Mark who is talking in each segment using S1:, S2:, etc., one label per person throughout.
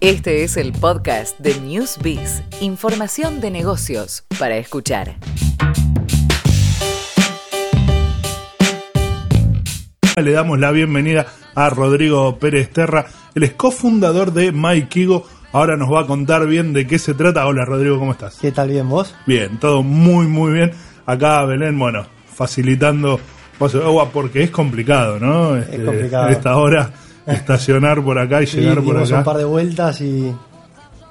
S1: Este es el podcast de NewsBiz, información de negocios para escuchar.
S2: Le damos la bienvenida a Rodrigo Pérez Terra, el es cofundador de MyKigo. Ahora nos va a contar bien de qué se trata. Hola Rodrigo, ¿cómo estás?
S3: ¿Qué tal bien vos?
S2: Bien, todo muy muy bien. Acá Belén, bueno, facilitando paso de agua porque es complicado, ¿no? Este,
S3: complicado.
S2: A esta hora estacionar por acá y
S3: Sí,
S2: llegar por
S3: dimos
S2: acá.
S3: un par de vueltas y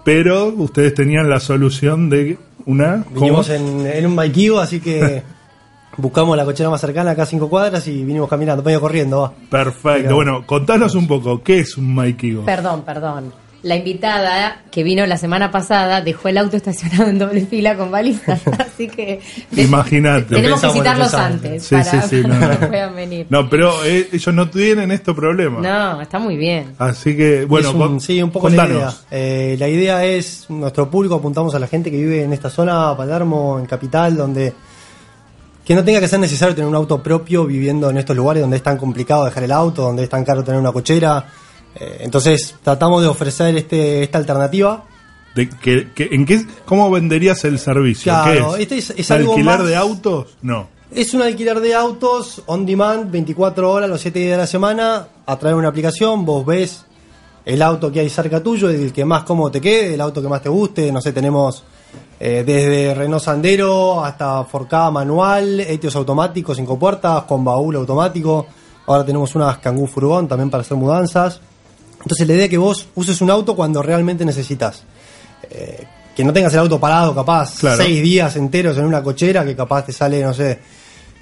S2: Pero ustedes tenían la solución de una...
S3: vinimos
S2: ¿cómo?
S3: en, en un baikivo, así que buscamos la cochera más cercana, acá a cinco cuadras, y vinimos caminando, medio corriendo, va.
S2: Perfecto. Bueno, contanos un poco, ¿qué es un Maikigo?
S4: Perdón, perdón. La invitada que vino la semana pasada dejó el auto estacionado en doble fila con balizas, así que
S2: Imagínate.
S4: tenemos que
S3: pensamos, lo
S4: citarlos
S3: pensamos.
S4: antes
S2: Sí,
S4: para,
S2: sí, sí, no,
S4: para
S2: no.
S4: que puedan venir.
S2: No, pero eh, ellos no tienen este problema.
S4: No, está muy bien.
S2: Así que, bueno,
S3: Es un-
S2: con-
S3: sí, un poco
S2: contanos.
S3: la idea. Eh, la idea es, nuestro público apuntamos a la gente que vive en esta zona, Palermo, en Capital, donde que no tenga que ser necesario tener un auto propio viviendo en estos lugares donde es tan complicado dejar el auto, donde es tan caro tener una cochera. Eh, entonces tratamos de ofrecer este, esta alternativa.
S2: De que- que- ¿en qué, ¿Cómo venderías el servicio?
S3: Claro,
S2: ¿Qué
S3: este es- es algo
S2: ¿Alquiler
S3: más-
S2: de autos? No.
S3: Es un alquiler de autos on demand, 24 horas, los 7 días de la semana, a través de una aplicación, vos ves el auto que hay cerca tuyo, el que más cómodo te quede, el auto que más te guste, no sé, tenemos eh, desde Renault Sandero hasta Forcada manual, Etios automáticos, cinco puertas, con baúl automático, ahora tenemos unas Kangoo furgón también para hacer mudanzas. Entonces la idea es que vos uses un auto cuando realmente necesitas. Eh, que no tengas el auto parado capaz
S2: Claro.
S3: seis días enteros en una cochera que capaz te sale, no sé,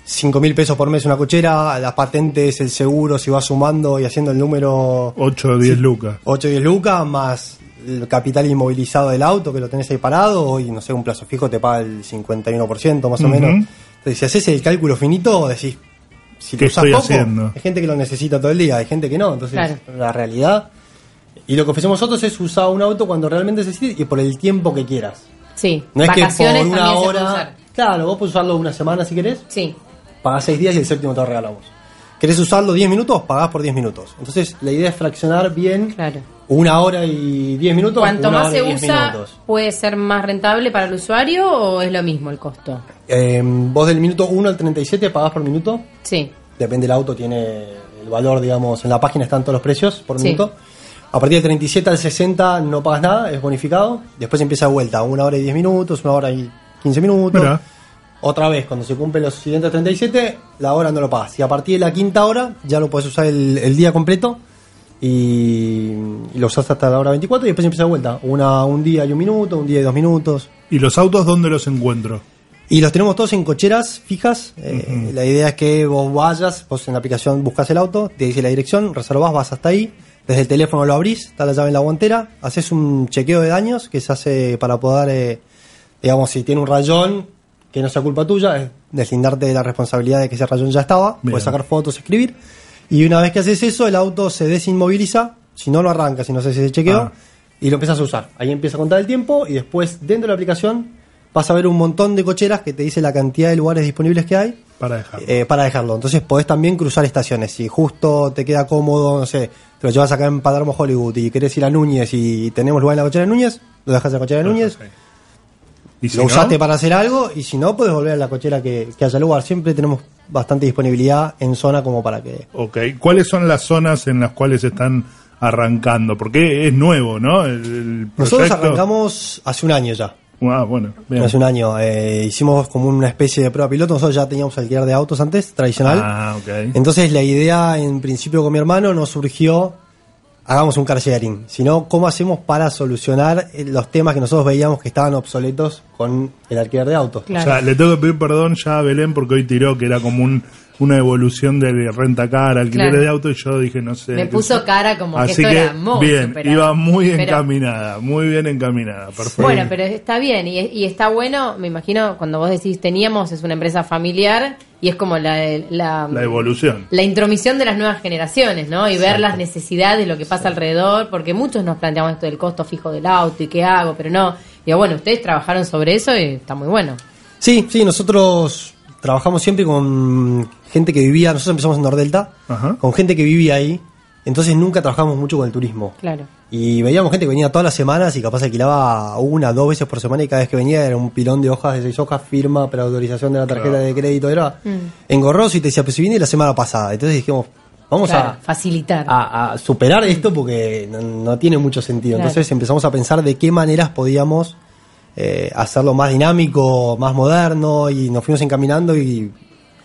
S3: 5 mil pesos por mes una cochera, las patentes, el seguro, si vas sumando y haciendo el número
S2: 8 o 10 lucas.
S3: 8 y 10 lucas, más el capital inmovilizado del auto que lo tenés ahí parado, y no sé, un plazo fijo te paga el 51% más o
S2: Ujú.
S3: menos. Entonces, si haces el cálculo finito, decís, si
S2: ¿Qué
S3: lo usás
S2: estoy
S3: poco,
S2: haciendo?
S3: hay gente que lo necesita todo el día, hay gente que no, entonces
S4: Claro.
S3: la realidad. Y lo que ofrecemos nosotros es usar un auto cuando realmente necesites y por el tiempo que quieras.
S4: Sí,
S3: No es que
S4: vacaciones
S3: por una
S4: también se puede
S3: hora.
S4: usar.
S3: Claro, vos puedes usarlo una semana si querés
S4: Sí,
S3: pagás 6 días y el séptimo te lo regalamos. ¿Querés usarlo 10 minutos? Pagás por 10 minutos. Entonces, la idea es fraccionar bien
S4: claro.
S3: una hora y 10 minutos.
S4: Cuanto
S3: una
S4: más
S3: hora
S4: se
S3: y 10
S4: usa,
S3: minutos.
S4: puede ser más rentable para el usuario o es lo mismo el costo.
S3: Eh, vos del minuto 1 al 37 pagás por minuto.
S4: Sí,
S3: Depende del auto, tiene el valor, digamos, en la página están todos los precios por
S4: Sí.
S3: minuto. A partir del 37 al 60 no pagas nada, es bonificado. Después empieza de vuelta, una hora y 10 minutos, una hora y 15 minutos.
S2: Mirá.
S3: Otra vez, cuando se cumplen los siguientes 37, la hora no lo pagas. Y a partir de la quinta hora ya lo puedes usar el, el día completo y, y lo usas hasta la hora 24 y después empieza de vuelta. Una, un día y un minuto, un día y dos minutos.
S2: ¿Y los autos dónde los encuentro?
S3: Y los tenemos todos en cocheras fijas. Eh, La idea es que vos vayas, vos en la aplicación buscas el auto, te dice la dirección, reservás, vas hasta ahí. Desde el teléfono lo abrís, está la llave en la guantera, haces un chequeo de daños que se hace para poder, eh, digamos, si tiene un rayón que no sea culpa tuya, es deslindarte de la responsabilidad de que ese rayón ya estaba,
S2: Bien.
S3: puedes sacar fotos, escribir. Y una vez que haces eso, el auto se desinmoviliza, si no lo arranca, si no haces ese chequeo,
S2: Ah.
S3: y lo empiezas a usar. Ahí empieza a contar el tiempo y después dentro de la aplicación vas a ver un montón de cocheras que te dice la cantidad de lugares disponibles que hay
S2: Para dejarlo.
S3: eh, para dejarlo. Entonces podés también cruzar estaciones. Si justo te queda cómodo, no sé, te lo llevas acá en Palermo Hollywood y querés ir a Núñez y tenemos lugar en la cochera de Núñez, lo dejas en la cochera de Núñez,
S2: ¿Y si
S3: lo
S2: no?
S3: usaste para hacer algo y si no, puedes volver a la cochera que, que haya lugar. Siempre tenemos bastante disponibilidad en zona como para que...
S2: Ok, ¿cuáles son las zonas en las cuales están arrancando? Porque es nuevo, ¿no? El, el
S3: Nosotros
S2: proyecto.
S3: arrancamos hace un año ya.
S2: Ah, bueno, bien.
S3: Hace un año eh, hicimos como una especie de prueba piloto. Nosotros ya teníamos alquiler de autos antes, tradicional.
S2: Ah, ok.
S3: Entonces la idea en principio con mi hermano no surgió hagamos un car sharing, sino cómo hacemos para solucionar eh, los temas que nosotros veíamos que estaban obsoletos con el alquiler de autos.
S2: O
S4: claro.
S2: sea, le tengo que pedir perdón ya a Belén porque hoy tiró que era como un- una evolución de renta cara, alquiler
S4: Claro.
S2: de auto, y yo dije, no sé.
S4: Me
S2: qué
S4: puso
S2: sé.
S4: cara como que
S2: Así
S4: esto
S2: que,
S4: era muy
S2: Bien,
S4: superado.
S2: iba muy
S4: Pero-
S2: encaminada, muy bien encaminada, perfecto.
S4: Bueno, pero está bien y, y está bueno, me imagino, cuando vos decís teníamos, es una empresa familiar y es como la, la,
S2: La evolución.
S4: la intromisión de las nuevas generaciones, ¿no? Y ver las necesidades, lo que pasa alrededor, porque muchos nos planteamos esto del costo fijo del auto y qué hago, pero no. Y bueno, ustedes trabajaron sobre eso y está muy bueno.
S3: Sí, sí, nosotros trabajamos siempre con gente que vivía, nosotros empezamos en Nordelta,
S2: Ajá.
S3: con gente que vivía ahí, Entonces nunca trabajamos mucho con el turismo.
S4: Claro.
S3: Y veíamos gente que venía todas las semanas y capaz alquilaba una, dos veces por semana y cada vez que venía era un pilón de hojas de seis hojas, firma para autorización de la tarjeta de crédito. Era
S4: Mm.
S3: engorroso y te decía, pues si vine la semana pasada. Entonces dijimos, vamos
S4: Claro,
S3: a, Ah,
S4: facilitar.
S3: a- a superar esto porque no, no tiene mucho sentido.
S4: Claro.
S3: Entonces empezamos a pensar de qué maneras podíamos eh, hacerlo más dinámico, más moderno y nos fuimos encaminando y,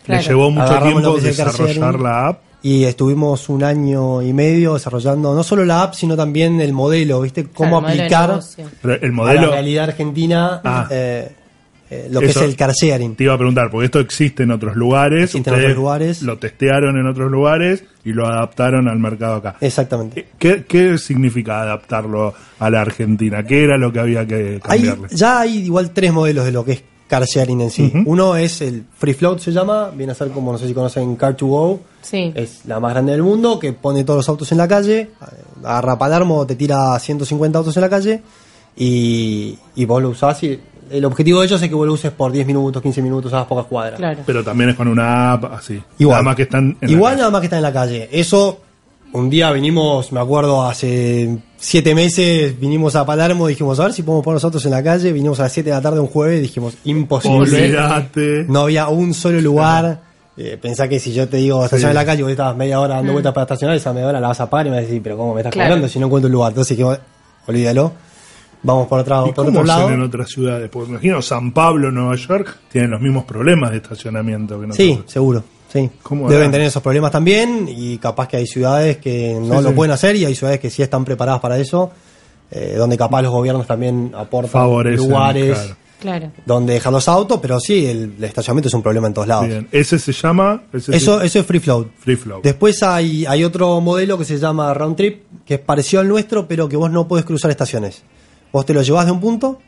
S4: Claro.
S2: Le llevó mucho
S3: Agarramos
S2: tiempo
S3: lo que se
S2: desarrollar
S3: cargaron.
S2: la app.
S3: y estuvimos un año y medio desarrollando no solo la app sino también el modelo, ¿viste?
S4: Claro,
S3: Cómo
S4: el modelo de
S3: aplicar
S4: negocio.
S2: Pero el
S3: a
S2: modelo,
S3: la realidad argentina
S2: Ah.
S3: eh, eh, lo
S2: Eso-
S3: que es el car sharing.
S2: te iba a preguntar, porque esto existe en otros lugares.
S3: Existe en
S2: ustedes
S3: otros lugares.
S2: Lo testearon en otros lugares y lo adaptaron al mercado acá.
S3: Exactamente.
S2: ¿Qué, qué significa adaptarlo a la Argentina? ¿Qué era lo que había que
S3: Hay,
S2: cambiarle?
S3: ya hay igual tres modelos de lo que es car sharing en sí. Uno es el free float se llama, viene a ser como no sé si conocen Car2Go.
S4: Sí.
S3: Es la más grande del mundo, que pone todos los autos en la calle, eh, agarra Palermo, te tira 150 autos en la calle y, y vos lo usás. Y el objetivo de ellos es que vos lo uses por 10 minutos, 15 minutos, hagas pocas cuadras.
S4: Claro.
S2: Pero también es con una app así.
S3: Igual.
S2: Nada más que están en la
S3: Igual
S2: calle.
S3: nada más que están en la calle. Eso, un día vinimos, me acuerdo, hace siete meses, vinimos a Palermo, dijimos, a ver si podemos poner los autos en la calle. Vinimos a las 7 de la tarde un jueves, dijimos, imposible.
S2: Olvídate.
S3: No había un solo lugar. Eh, pensá que si yo te digo estacionar en la calle, vos estabas media hora dando vueltas para estacionar, esa media hora la vas a parar y me vas a decir, pero ¿cómo me estás
S4: Claro.
S3: cobrando si no encuentro un lugar? Entonces dijimos, olvídalo, vamos por, otra,
S2: ¿Y
S3: por
S2: cómo
S3: otro lado.
S2: hacen en otras ciudades? Porque me imagino San Pablo, Nueva York, tienen los mismos problemas de estacionamiento que nosotros.
S3: Sí, seguro. Sí.
S2: ¿Cómo
S3: Deben
S2: harán?
S3: tener esos problemas también y capaz que hay ciudades que no
S2: Sí,
S3: lo
S2: sí.
S3: pueden hacer y hay ciudades que sí están preparadas para eso, eh, donde capaz los gobiernos también aportan
S2: Favorecen,
S3: lugares
S2: claro.
S4: Claro.
S3: donde dejar los autos, pero sí, el, el estacionamiento es un problema en todos lados.
S2: Bien. Ese se llama ese
S3: Eso,
S2: sí,
S3: eso es free flow.
S2: Free Flow.
S3: Después hay, hay otro modelo que se llama round trip, que es parecido al nuestro, pero que vos no podés cruzar estaciones. Vos te lo llevás de un punto,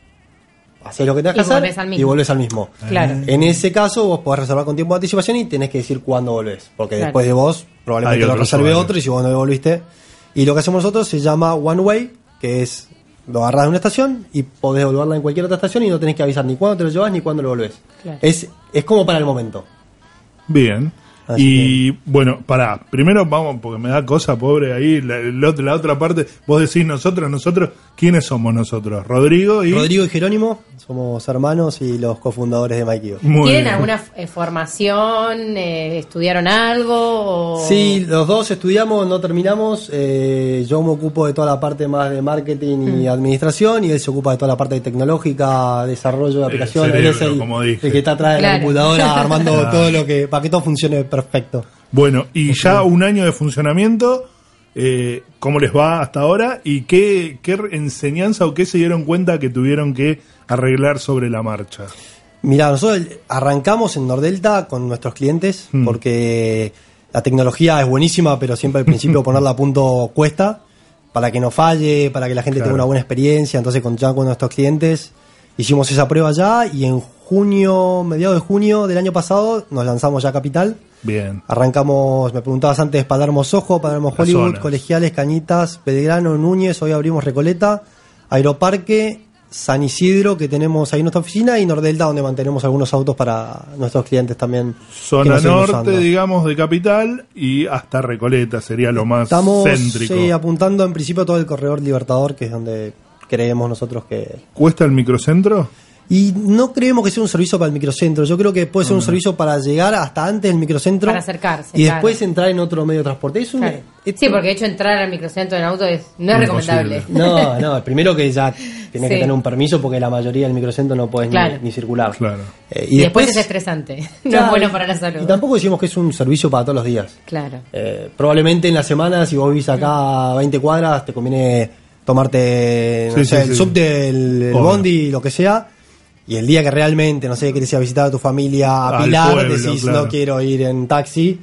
S3: haces lo que tengas
S4: Y
S3: que hacer
S4: volvés al mismo.
S3: y volvés al mismo.
S4: Claro.
S3: En ese caso, vos podés reservar con tiempo de anticipación y tenés que decir cuándo volvés. Porque
S4: Claro.
S3: después de vos, probablemente
S2: Hay
S3: lo
S2: otros
S3: reserve
S2: horarios.
S3: otro y si vos no volviste. Y lo que hacemos nosotros se llama One Way, que es lo agarrás de una estación y podés devolverla en cualquier otra estación y no tenés que avisar ni cuándo te lo llevas ni cuándo lo volvés.
S4: Claro.
S3: Es, es como para el momento.
S2: Bien.
S3: Así
S2: y bueno, pará, primero vamos, porque me da cosa, pobre, ahí, la, la otra- la otra parte, vos decís nosotros, nosotros, ¿quiénes somos nosotros? Rodrigo y...
S3: Rodrigo y Jerónimo somos hermanos y los cofundadores de MyKido.
S2: Muy
S4: ¿Tienen
S2: bien.
S4: alguna eh, formación? Eh, ¿Estudiaron algo?
S2: Oh.
S4: O-
S3: Sí, los dos estudiamos, no terminamos. eh, yo me ocupo de toda la parte más de marketing
S2: Hmm.
S3: y administración y él se ocupa de toda la parte tecnológica, desarrollo de aplicaciones. Él es
S2: cerebro,
S3: el,
S2: como dije.
S3: el que está atrás de la
S4: Claro.
S3: computadora armando todo lo que, para que todo funcione perfecto.
S2: Bueno, y ya un año de funcionamiento, eh, ¿cómo les va hasta ahora? ¿Y qué, qué enseñanza o qué se dieron cuenta que tuvieron que arreglar sobre la marcha?
S3: Mira, nosotros arrancamos en Nordelta con nuestros clientes
S2: Hmm.
S3: porque la tecnología es buenísima, pero siempre al principio ponerla a punto cuesta para que no falle, para que la gente
S2: Claro.
S3: tenga una buena experiencia. Entonces, con, ya con nuestros clientes hicimos esa prueba ya y en junio, mediados de junio del año pasado, nos lanzamos ya a Capital.
S2: Bien.
S3: Arrancamos, me preguntabas antes, Palermo Sojo, Palermo
S2: Las
S3: Hollywood,
S2: zonas.
S3: Colegiales, Cañitas, Belgrano, Núñez, hoy abrimos Recoleta, Aeroparque, San Isidro, que tenemos ahí nuestra oficina, y Nordelta, donde mantenemos algunos autos para nuestros clientes también. que
S2: Zona
S3: nos siguen
S2: norte,
S3: usando.
S2: digamos, de capital y hasta Recoleta sería lo más
S3: Estamos
S2: céntrico.
S3: sí, apuntando en principio a todo el corredor Libertador, que es donde creemos nosotros que,
S2: ¿Cuesta el microcentro?
S3: Y no creemos que sea un servicio para el microcentro. Yo creo que puede
S2: Mm.
S3: ser un servicio para llegar hasta antes del microcentro.
S4: Para acercarse,
S3: Y
S4: claro.
S3: después entrar en otro medio de transporte. Es un-
S4: Claro.
S3: es-
S4: Sí, porque de hecho entrar al microcentro en auto es, no es
S2: Imposible.
S4: recomendable.
S3: No, no, primero que ya tenés que
S4: Sí.
S3: tener un permiso porque la mayoría del microcentro no podés ni-
S4: Claro.
S3: ni, circular.
S2: Claro.
S3: Eh,
S4: Y después, es estresante. No
S3: Claro,
S4: es bueno para la salud.
S3: Y tampoco decimos que es un servicio para todos los días.
S4: Claro.
S3: Eh, probablemente en la semana, si vos vivís acá a 20 cuadras, te conviene tomarte no
S2: Sí,
S3: sé,
S2: sí,
S3: el
S2: sí.
S3: subte, el, el
S2: Obvio.
S3: bondi, lo que sea. Y el día que realmente, no sé, querés ir a visitar a tu familia a
S2: Al
S3: Pilar,
S2: pueblo,
S3: decís,
S2: claro.
S3: no quiero ir en taxi,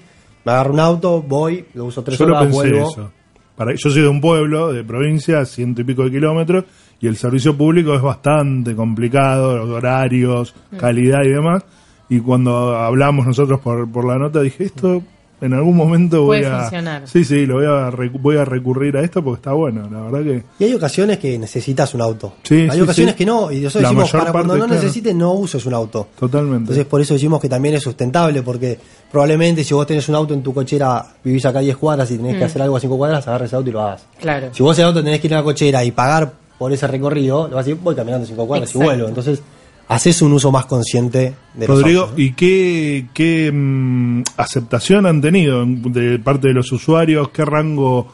S3: me agarro un auto, voy, lo uso tres
S2: Yo lo
S3: horas,
S2: pensé
S3: vuelvo.
S2: eso. Para, yo soy de un pueblo, de provincia, ciento y pico de kilómetros, y el servicio público es bastante complicado, los
S4: Mm.
S2: horarios, calidad y demás. Y cuando hablamos nosotros por, por la nota, dije, esto En algún momento voy
S4: Puede
S2: a.
S4: funcionar.
S2: Sí, sí, lo voy a, recu- voy a recurrir a esto porque está bueno, la verdad que.
S3: Y hay ocasiones que necesitas un auto.
S2: Sí,
S3: hay
S2: sí,
S3: ocasiones
S2: sí.
S3: que no. Y nosotros
S2: La
S3: decimos,
S2: mayor
S3: para cuando
S2: parte,
S3: no
S2: claro.
S3: necesites, no uses un auto.
S2: Totalmente.
S3: Entonces, por eso decimos que también es sustentable, porque probablemente si vos tenés un auto en tu cochera, vivís acá a 10 cuadras y tenés que hacer algo a 5 cuadras, agarres el auto y lo hagas.
S4: Claro.
S3: Si vos el auto tenés que ir a la cochera y pagar por ese recorrido, lo vas a decir, voy caminando 5 cuadras
S4: Exacto.
S3: y vuelvo. Entonces, haces un uso más consciente de los
S2: Rodrigo,
S3: autos, ¿no?
S2: ¿y qué, qué mm, aceptación han tenido en- de parte de los usuarios? ¿Qué rango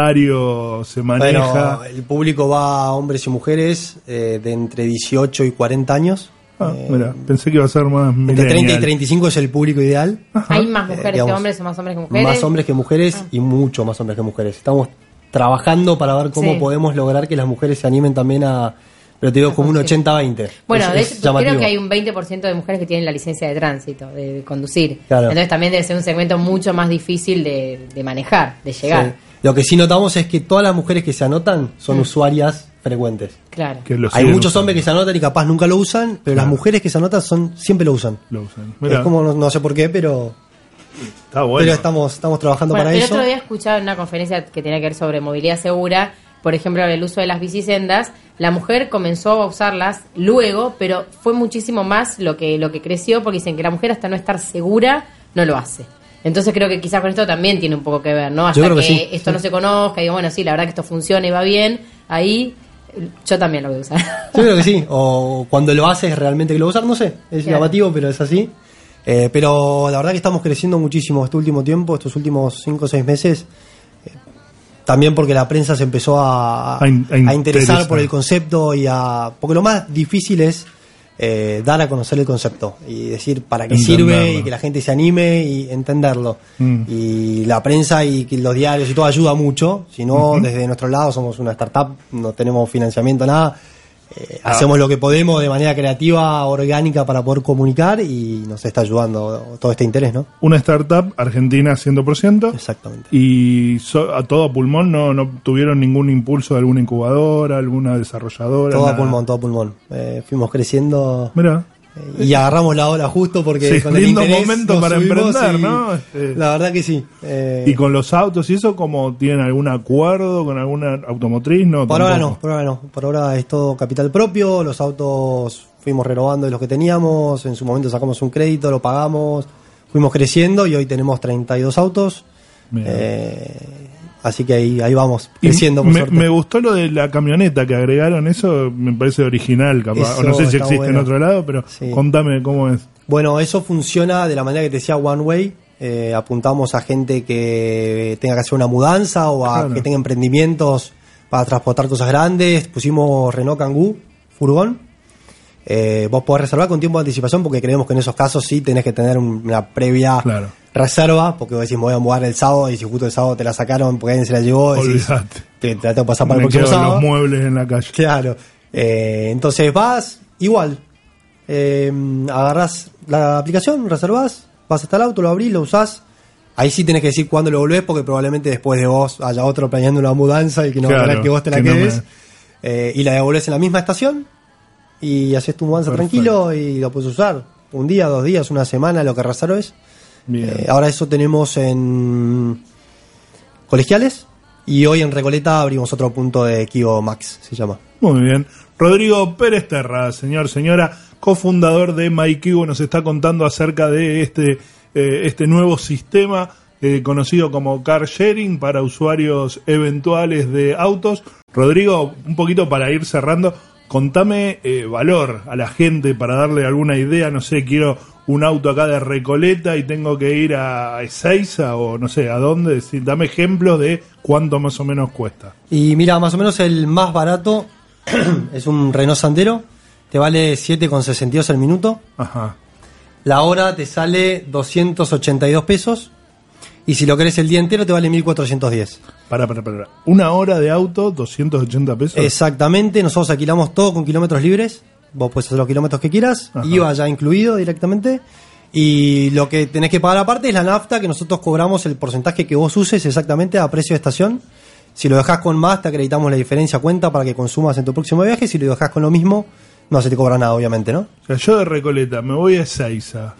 S2: etario se maneja?
S3: Bueno, el público va a hombres y mujeres eh, de entre 18 y 40 años.
S2: Ah, mira, pensé que iba a ser más
S3: Eh, Entre 30 y
S2: millennial.
S3: 35 es el público ideal.
S4: Hay más
S3: Eh,
S4: mujeres que
S3: digamos,
S4: hombres o más hombres que mujeres. Ah.
S3: Más hombres que mujeres y mucho más hombres que mujeres. Estamos trabajando para ver cómo
S4: Sí.
S3: podemos lograr que las mujeres se animen también a. Pero te digo, como un 80-20.
S4: Bueno,
S3: Es-
S4: de
S3: es
S4: hecho, creo
S3: llamativo.
S4: que hay un 20% de mujeres que tienen la licencia de tránsito, de, de conducir.
S3: Claro.
S4: Entonces también debe ser un segmento mucho más difícil de, de manejar, de llegar. Mm.
S3: Sí. Lo que sí notamos es que todas las mujeres que se anotan son usuarias frecuentes.
S4: Claro.
S2: Que lo
S3: Hay
S2: siguen
S3: muchos
S2: usando.
S3: hombres que se anotan y capaz nunca lo usan, pero las
S2: Claro.
S3: mujeres que se anotan son siempre lo usan.
S2: Lo usan. Mirá,
S3: Es como, no, no sé por qué, pero,
S2: está bueno.
S3: pero estamos, estamos trabajando
S4: Bueno,
S3: para
S4: el
S3: eso.
S4: otro día escuchaba en una conferencia que tenía que ver sobre movilidad segura, por ejemplo, el uso de las bicisendas. La mujer comenzó a usarlas luego, pero fue muchísimo más lo que, lo que creció, porque dicen que la mujer hasta no estar segura no lo hace. Entonces creo que quizás con esto también tiene un poco que ver, ¿no? Hasta
S3: creo que sí,
S4: esto no se conozca, digo, bueno, sí, la verdad que esto funciona y va bien, ahí yo también lo voy a usar.
S3: Yo creo que sí. O cuando lo haces realmente que lo usas, no sé. Es
S4: Claro.
S3: llamativo, pero es así. Eh, pero la verdad que estamos creciendo muchísimo este último tiempo, estos últimos 5 o 6 meses. Eh, También porque la prensa se empezó a,
S2: A in- a
S3: a interesar
S2: interesar.
S3: por el concepto y a. Porque lo más difícil es eh, dar a conocer el concepto y decir para qué sirve
S2: Entenderlo.
S3: y que la gente se anime y entenderlo.
S2: Mm.
S3: Y la prensa y que los diarios y todo ayuda mucho. Si no, desde nuestro lado somos una startup, no tenemos financiamiento, nada. Eh,
S2: Ah.
S3: Hacemos lo que podemos de manera creativa, orgánica para poder comunicar y nos está ayudando todo este interés, ¿no?
S2: Una startup argentina 100%.
S3: Exactamente.
S2: Y so- a todo pulmón no, no tuvieron ningún impulso de alguna incubadora, alguna desarrolladora.
S3: Todo a
S2: nada.
S3: pulmón, todo a pulmón. Eh, fuimos creciendo
S2: Mirá.
S3: eh, y agarramos la ola justo porque
S2: Sí,
S3: con el
S2: lindo
S3: interés
S2: momento
S3: nos
S2: para
S3: subimos
S2: emprender,
S3: y
S2: ¿no? Este-
S3: La verdad que sí. Eh,
S2: Y con los autos y eso, como tienen algún acuerdo con alguna automotriz, no.
S3: Por ahora no,
S2: tampoco.
S3: por ahora no. Por ahora es todo capital propio, los autos fuimos renovando de los que teníamos, en su momento sacamos un crédito, lo pagamos, fuimos creciendo y hoy tenemos 32 autos.
S2: Bien.
S3: Eh, así que ahí, ahí vamos,
S2: Y
S3: creciendo por
S2: me,
S3: suerte.
S2: me gustó lo de la camioneta que agregaron, eso me parece original, capaz.
S3: Eso
S2: O no sé si
S3: está
S2: existe en
S3: bueno.
S2: otro lado, pero
S3: Sí.
S2: contame cómo es.
S3: Bueno, eso funciona de la manera que te decía One Way. Eh, apuntamos a gente que tenga que hacer una mudanza o a
S2: Claro.
S3: que tenga emprendimientos para transportar cosas grandes. Pusimos Renault Kangoo, furgón. Eh, vos podés reservar con tiempo de anticipación porque creemos que en esos casos sí tenés que tener un- una previa
S2: Claro.
S3: reserva porque vos decís me voy a mudar el sábado y si justo el sábado te la sacaron porque alguien se la llevó decís,
S2: Olvídate.
S3: te, te la tengo que pasar para el
S2: Me
S3: próximo
S2: quedo
S3: sábado.
S2: los muebles en la calle.
S3: Claro. Eh, entonces vas igual. Eh, agarrás la aplicación, reservás, vas hasta el auto, lo abrís, lo usás. Ahí sí tenés que decir cuándo lo volvés, porque probablemente después de vos haya otro planeando una mudanza y que no
S2: Claro,
S3: querrá que vos te la
S2: que no me-
S3: quedes. Eh, y la devolvés en la misma estación y haces tu mudanza
S2: Perfecto.
S3: tranquilo y lo puedes usar. Un día, dos días, una semana, lo que reserves.
S2: Bien.
S3: Eh, ahora eso tenemos en colegiales y hoy en Recoleta abrimos otro punto de Kio Max, se llama.
S2: Muy bien. Rodrigo Pérez Terra, señor, señora, cofundador de MyKibo, nos está contando acerca de este, eh, este nuevo sistema eh, conocido como car sharing para usuarios eventuales de autos. Rodrigo, un poquito para ir cerrando, contame eh, valor a la gente para darle alguna idea. No sé, quiero un auto acá de Recoleta y tengo que ir a Ezeiza o no sé, a dónde. Sí, dame ejemplos de cuánto más o menos cuesta.
S3: Y mira, más o menos el más barato es un Renault Sandero, te vale 7,62 el minuto,
S2: Ajá.
S3: la hora te sale 282 pesos y si lo querés el día entero te vale 1410.
S2: Para, para, para. Una hora de auto, 280 pesos.
S3: Exactamente, nosotros alquilamos todo con kilómetros libres. Vos puedes hacer los kilómetros que quieras,
S2: Ajá.
S3: IVA ya incluido directamente. Y lo que tenés que pagar aparte es la nafta que nosotros cobramos el porcentaje que vos uses exactamente a precio de estación. Si lo dejás con más, te acreditamos la diferencia a cuenta para que consumas en tu próximo viaje. Si lo dejás con lo mismo, no se te cobra nada, obviamente, ¿no?
S2: O sea, yo de Recoleta me voy a Ezeiza.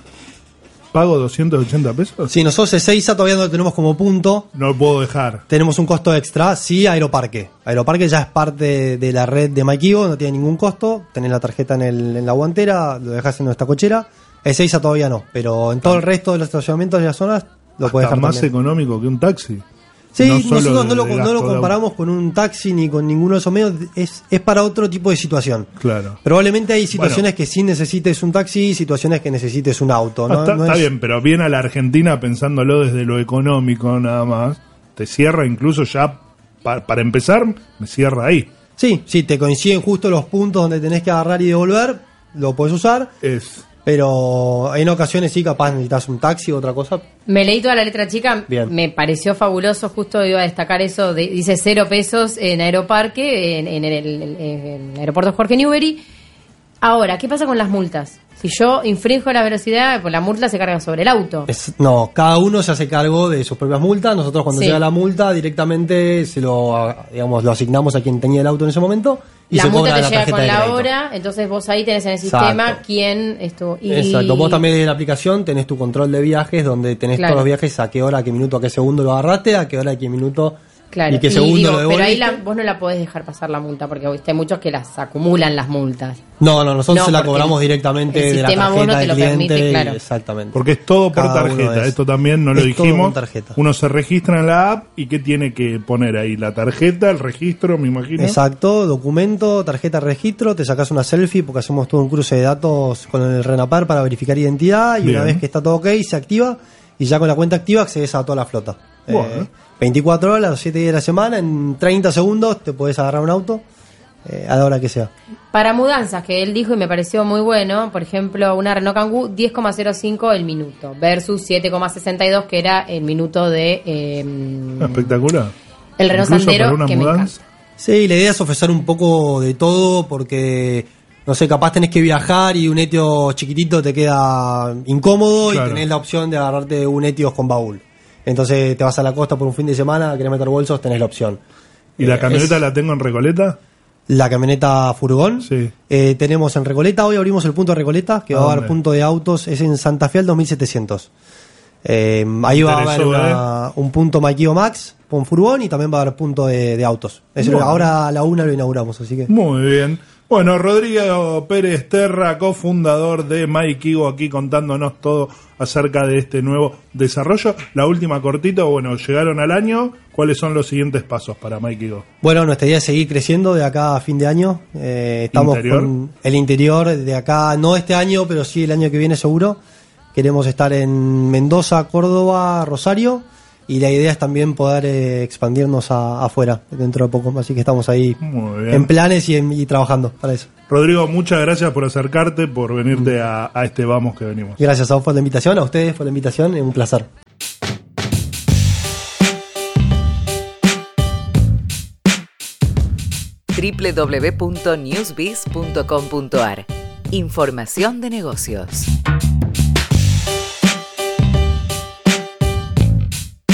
S2: pago 280 pesos?
S3: Si nosotros Ezeiza todavía no lo tenemos como punto,
S2: No lo puedo dejar.
S3: tenemos un costo extra, sí, Aeroparque. Aeroparque ya es parte de la red de Maikigo, no tiene ningún costo. Tenés la tarjeta en, el- en la guantera, lo dejás en nuestra cochera. Ezeiza todavía no, pero en todo el resto de los estacionamientos de las zonas lo puedes
S2: Ah. Hasta
S3: dejar
S2: más
S3: también.
S2: económico que un taxi.
S3: Sí,
S2: No solo
S3: nosotros no
S2: de-
S3: lo,
S2: de
S3: no lo
S2: gasto de
S3: comparamos con un taxi ni con ninguno de esos medios, es, es para otro tipo de situación.
S2: Claro.
S3: Probablemente hay situaciones
S2: Bueno.
S3: que sí necesites un taxi y situaciones que necesites un auto.
S2: Ah,
S3: ¿no?
S2: está
S3: No
S2: está
S3: es-
S2: bien, pero viene a la Argentina pensándolo desde lo económico nada más. Te cierra incluso ya, pa- para empezar, me cierra ahí.
S3: Sí, sí, te coinciden justo los puntos donde tenés que agarrar y devolver, lo puedes usar,
S2: Es
S3: pero en ocasiones sí, capaz necesitas un taxi o otra cosa.
S4: Me leí toda la letra chica,
S3: Bien.
S4: me pareció fabuloso, justo iba a destacar eso, de- dice cero pesos en Aeroparque, en, en el, el- en aeropuerto Jorge Newbery. Ahora, ¿qué pasa con las multas? Si yo infrinjo la velocidad, pues la multa se carga sobre el auto.
S3: Es- no, cada uno se hace cargo de sus propias multas. Nosotros cuando
S4: Sí.
S3: llega la multa directamente se lo, ah, digamos, lo asignamos a quien tenía el auto en ese momento y
S4: la
S3: se
S4: multa
S3: cobra
S4: te
S3: la
S4: llega
S3: tarjeta
S4: con
S3: de
S4: la
S3: crédito.
S4: hora, entonces vos ahí tenés en el
S3: Exacto.
S4: sistema quién estuvo. y-
S3: Exacto, vos también desde la aplicación tenés tu control de viajes donde tenés
S4: Claro.
S3: todos los viajes a qué hora, a qué minuto, a qué segundo lo agarraste, a qué hora, a qué minuto
S4: Claro,
S3: y qué segundo
S4: digo,
S3: lo
S4: pero ahí
S3: devolviste.
S4: la- vos no la podés dejar pasar la multa, porque viste, hay muchos que las acumulan las multas.
S3: No, no, nosotros
S4: No,
S3: se la
S4: porque
S3: cobramos
S4: el-
S3: directamente
S4: el
S3: de la
S4: sistema
S3: tarjeta
S4: vos no te
S3: del
S4: lo
S3: cliente.
S4: permite, claro.
S3: Exactamente.
S2: porque es todo por
S3: Cada uno
S2: tarjeta.
S3: es.
S2: Esto también no lo
S3: Es todo con
S2: dijimos.
S3: tarjeta.
S2: Uno se registra en la app y ¿qué tiene que poner ahí? La tarjeta, el registro, me imagino.
S3: Exacto, documento, tarjeta de registro, te sacas una selfie porque hacemos todo un cruce de datos con el RENAPAR para verificar identidad y
S2: Bien.
S3: una vez que está todo ok se activa y ya con la cuenta activa accedes a toda la flota.
S2: Bueno.
S3: 24 horas, 7 días de la semana, en 30 segundos te puedes agarrar un auto eh, a la hora que sea.
S4: Para mudanzas, que él dijo y me pareció muy bueno, por ejemplo, una Renault Kangoo 10,05 el minuto versus 7,62 que era el minuto de eh,
S2: Mm. Espectacular.
S4: el
S2: Incluso
S4: Renault
S2: para
S4: Sandero
S2: una
S4: que
S2: mudanza.
S4: me encanta.
S3: Sí, la idea es ofrecer un poco de todo porque, no sé, capaz tenés que viajar y un etio chiquitito te queda incómodo
S2: Claro.
S3: y tenés la opción de agarrarte un etios con baúl. Entonces te vas a la costa por un fin de semana, querés meter bolsos, tenés la opción.
S2: ¿Y la
S3: Eh,
S2: camioneta
S3: es-
S2: la tengo en Recoleta?
S3: La camioneta furgón.
S2: Sí.
S3: Eh, tenemos en Recoleta, hoy abrimos el punto de Recoleta, que
S2: ¿A
S3: va a haber
S2: dónde?
S3: punto de autos, es en Santa Fe al 2700. Eh, ahí va a haber
S2: Interesó, ¿eh?
S3: una- un punto Maquio Max con furgón y también va a haber punto de, de autos. Es
S2: Bueno.
S3: ahora a la una lo inauguramos, así que...
S2: Muy bien. Bueno, Rodrigo Pérez Terra, cofundador de Maikigo, aquí contándonos todo acerca de este nuevo desarrollo. La última cortito, bueno, llegaron al año. ¿Cuáles son los siguientes pasos para Maikigo?
S3: Bueno, nuestra idea es seguir creciendo de acá a fin de año. Eh, estamos
S2: ¿Interior?
S3: con el interior de acá, no este año, pero sí el año que viene seguro. Queremos estar en Mendoza, Córdoba, Rosario. Y la idea es también poder eh, expandirnos a- afuera dentro de poco. Así que estamos ahí
S2: Muy bien.
S3: en planes y, en- y trabajando para eso.
S2: Rodrigo, muchas gracias por acercarte, por
S3: Mm.
S2: venirte a, a este Vamos que venimos.
S3: Gracias a vos por la invitación, a ustedes por la invitación. Un placer.
S1: www.newsbiz.com.ar Información de negocios.